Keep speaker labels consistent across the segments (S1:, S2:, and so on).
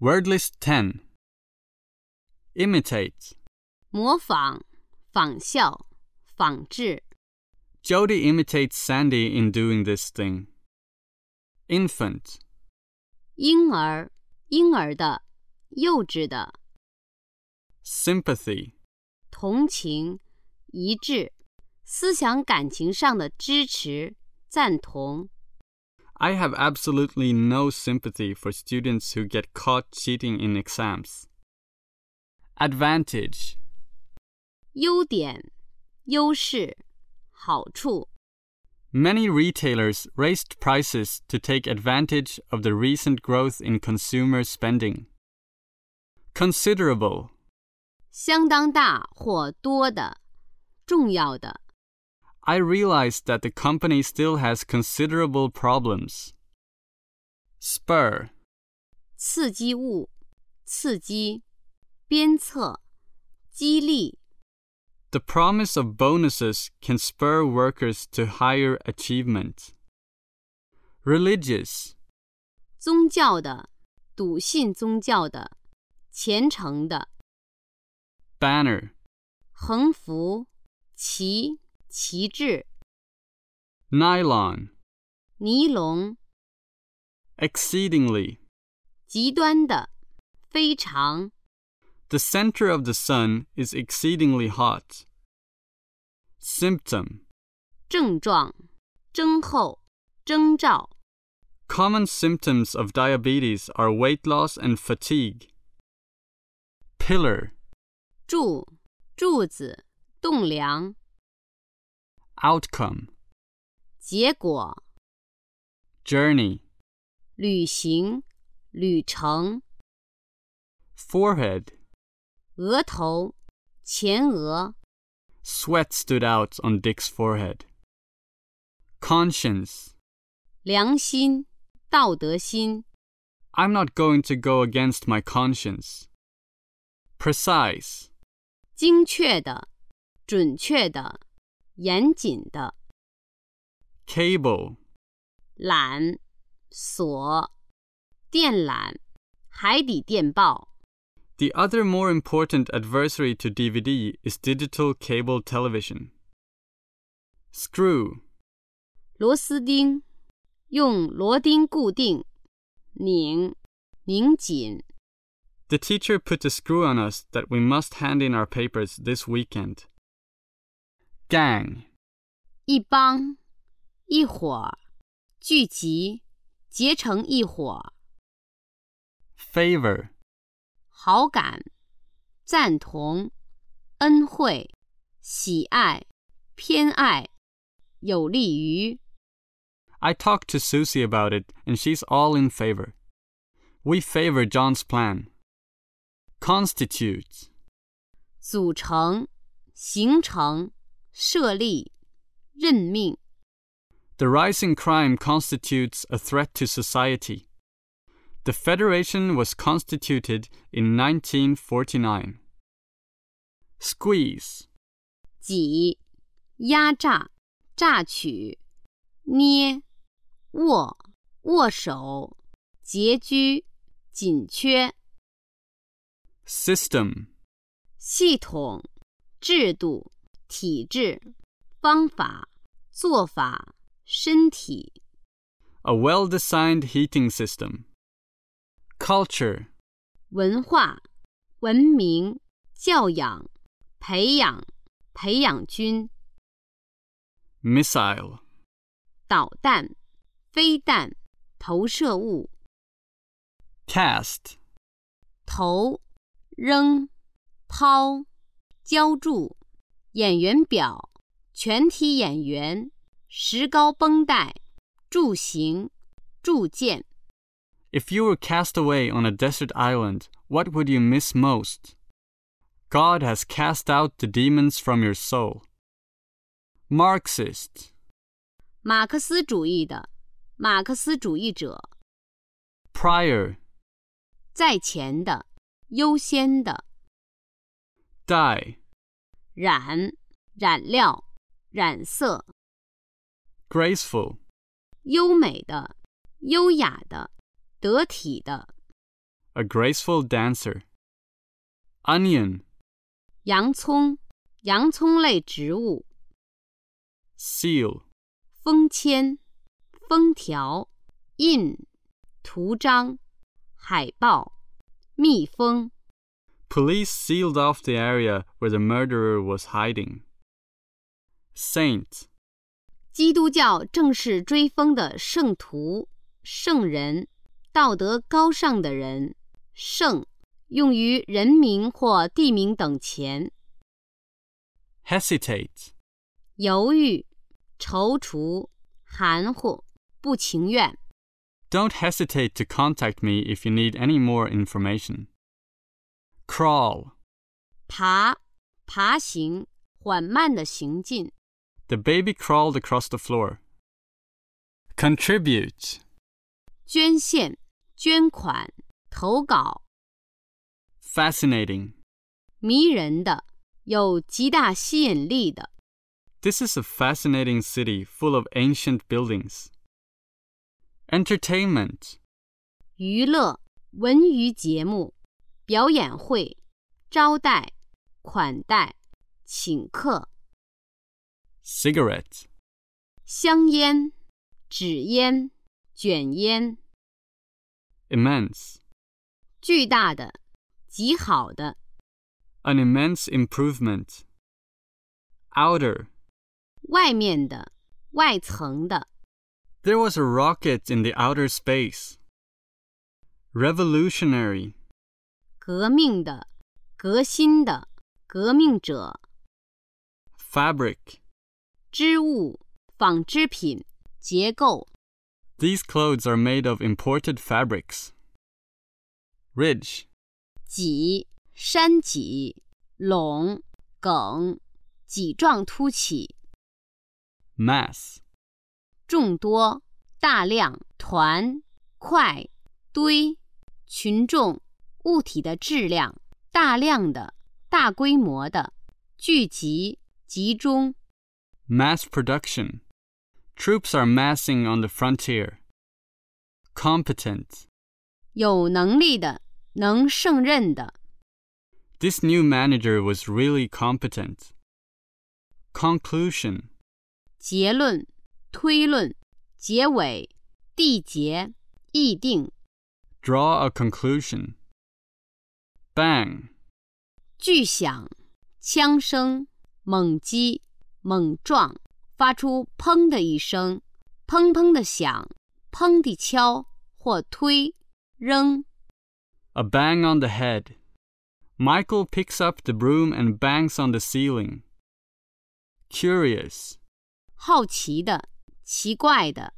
S1: Word list 10 Imitate.
S2: 模仿、仿效、仿制。
S1: Jody imitates Sandy in doing this thing. Infant.
S2: 婴儿、婴儿的、幼稚的、
S1: Sympathy.
S2: 同情、一致、思想感情上的支持、赞同。
S1: I have absolutely no sympathy for students who get caught cheating in exams. Advantage.
S2: 优点、优势、好处。
S1: Many retailers raised prices to take advantage of the recent growth in consumer spending. Considerable.
S2: 相当大或多的、重要的。
S1: I realized that the company still has considerable problems. Spur.
S2: 刺激物、刺激、鞭策、激励。
S1: The promise of bonuses can spur workers to higher achievement. Religious.
S2: 宗教的、笃信宗教的、虔诚的、
S1: Banner.
S2: 横幅、旗、旗帜、
S1: Nylon.
S2: 尼龙、
S1: Exceedingly.
S2: 极端的、非常、
S1: The center of the sun is exceedingly hot. Symptom.
S2: 症状、征候、征兆、
S1: Common symptoms of diabetes are weight loss and fatigue. Pillar.
S2: 柱、柱子、栋梁、
S1: Outcome.
S2: 结果、
S1: Journey.
S2: 旅行、旅程、
S1: Forehead.
S2: 额头、前额、
S1: Sweat stood out on Dick's forehead. Conscience.
S2: 良心、道德心、
S1: I'm not going to go against my conscience. Precise.
S2: 精确的、准确的、严谨的、
S1: Cable.
S2: 缆、锁、电缆、海底电报。
S1: The other more important adversary to DVD is digital cable television. Screw.
S2: 螺丝钉，用螺钉固定、拧、拧紧。
S1: The teacher put a screw on us that we must hand in our papers this weekend. Gang.
S2: 一帮、一伙儿、聚集、结成一伙儿、
S1: Favor.
S2: 好感、赞同、恩惠、喜爱、偏爱、有利于。
S1: I talked to Susie about it, and she's all in favor. We favor John's plan. Constitute.
S2: 组成、形成、设立、任命、
S1: The rise in crime constitutes a threat to society. The Federation was constituted in 1949. Squeeze.
S2: 挤、压榨、榨取、捏、握、握手、拮据、紧缺、
S1: System.
S2: 系统、制度、体制、方法、做法、身体、
S1: A well designed heating system. Culture.
S2: 文化、文明、教养、培养、培养军、
S1: Missile.
S2: 导弹、飞弹、投射物、
S1: Cast.
S2: 投、扔、抛、浇筑、演员表、全体演员、石膏绷带、柱形、铸剑、
S1: If you were cast away on a desert island, what would you miss most? God has cast out the demons from your soul. Marxist.
S2: 马克思主义的马克思主义者、
S1: Prior.
S2: 在前的、优先的、
S1: Dye.
S2: 染、染料、染色、
S1: Graceful.
S2: 优美的、优雅的、得体的、
S1: a graceful dancer. Onion,
S2: 洋葱，洋葱类植物，
S1: seal,
S2: 封签、封条、印、图章、海报、蜜蜂、
S1: police sealed off the area where the murderer was hiding. Saint,
S2: 基督教正式追封的圣徒、圣人、道德高尚的人、圣，用于人名或地名等前，
S1: hesitate,
S2: 犹豫、踌躇、含糊、不情愿。
S1: don't hesitate to contact me if you need any more information. Crawl,
S2: 爬，爬行，缓慢的行进。
S1: the baby crawled across the floor. Contribute,
S2: 捐献、捐款、投稿，
S1: fascinating.
S2: 迷人的，有极大吸引力的。
S1: This is a fascinating city full of ancient buildings. Entertainment,
S2: 娱乐、文娱节目、表演会、招待、款待、请客、
S1: cigarette,
S2: 香烟、纸烟、卷烟，
S1: immense.
S2: 巨大的、极好的、
S1: An immense improvement. Outer,
S2: 外面的、外层的、
S1: there was a rocket in the outer space. Revolutionary,
S2: 革命的、革新的、革命者、
S1: fabric.
S2: 织物、纺织品、结构。
S1: These clothes are made of imported fabrics. Ridge,
S2: 脊、山脊、垄、梗、脊状突起、
S1: mass.
S2: 众多、大量、团、块、堆、群众、物体的质量、大量的、大规模的、聚集、集中、
S1: Mass production. Troops are massing on the frontier. Competent.
S2: 有能力的、能胜任的、
S1: This new manager was really competent. Conclusion.
S2: 结论、推论、结尾、缔结、议定、
S1: Draw a conclusion. Bang.
S2: 巨响、枪声、猛击、猛撞，发出“砰”的一声，砰砰的响，砰地敲或推、扔。
S1: A bang on the head. Michael picks up the broom and bangs on the ceiling. Curious.
S2: 好奇的、奇怪的，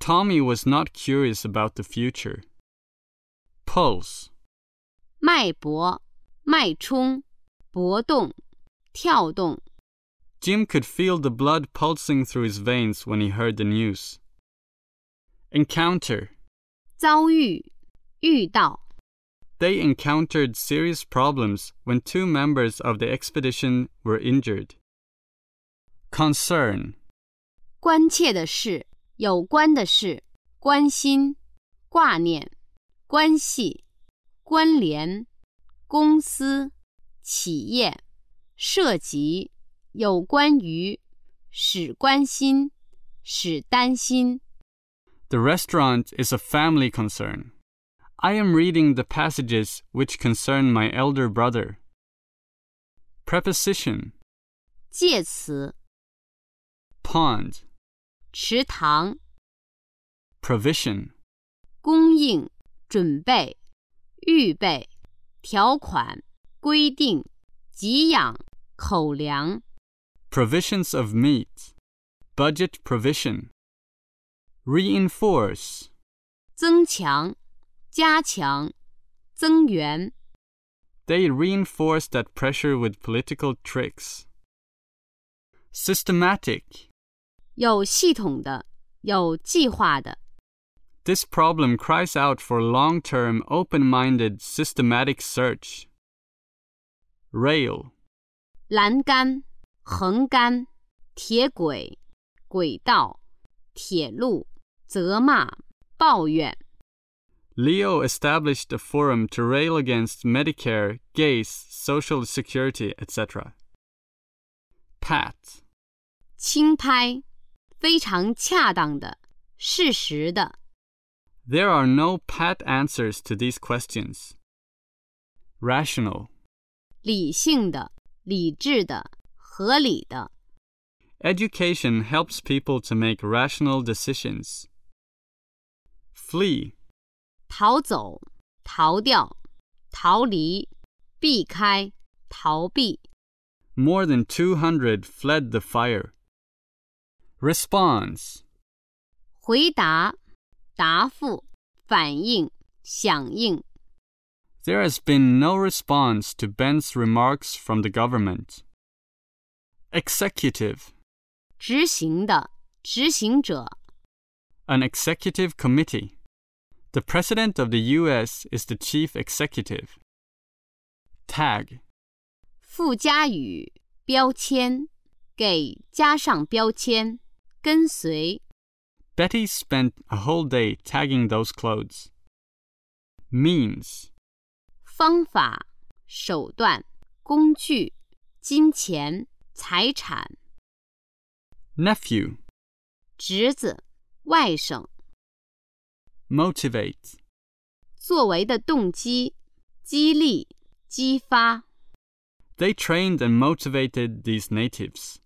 S1: Tommy was not curious about the future. Pulse.
S2: 脉搏、脉冲、搏动、跳动。
S1: Jim could feel the blood pulsing through his veins when he heard the news. Encounter.
S2: 遭遇、遇到、
S1: They encountered serious problems when two members of the expedition were injured. Concern.
S2: 关切的事、有关的事、关心、挂念、关系、关联、公司、企业、涉及、有关于、使关心、使担心、
S1: The restaurant is a family concern. I am reading the passages which concern my elder brother. Preposition.
S2: 介词、
S1: Pond.
S2: 池塘、
S1: Provision.
S2: 供应、准备、预备、条款、规定、给养、口粮。
S1: Provisions of meat. Budget provision. Reinforce.
S2: 增强、加强、增援、
S1: They reinforced that pressure with political tricks. Systematic.
S2: 有系统的、有计划的、
S1: This problem cries out for long term, open minded, systematic search. Rail.
S2: 栏杆、横杆、铁轨、轨道、铁路、责骂、抱怨、
S1: Leo established a forum to rail against Medicare, gays, social security, etc. Pat,
S2: 轻拍，非常恰当的，适时的。
S1: there are no pat answers to these questions. Rational,
S2: 理性的、理智的、合理的。
S1: education helps people to make rational decisions. Flee,
S2: 逃走、逃掉、逃离、避开、逃避。
S1: more than 200 fled the fire. Response,
S2: 回答、答复、反应、响应。
S1: there has been no response to Ben's remarks from the government. Executive,
S2: 执行的、执行者。
S1: an executive committee. The president of the US is the chief executive. Tag,
S2: 附加语、标签，给加上标签，跟随。
S1: Betty spent a whole day tagging those clothes. Means,
S2: 方法、手段、工具、金钱、财产、
S1: nephew,
S2: 侄子、外甥、
S1: motivate,
S2: 作为的动机、激励、激发。
S1: They trained and motivated these natives.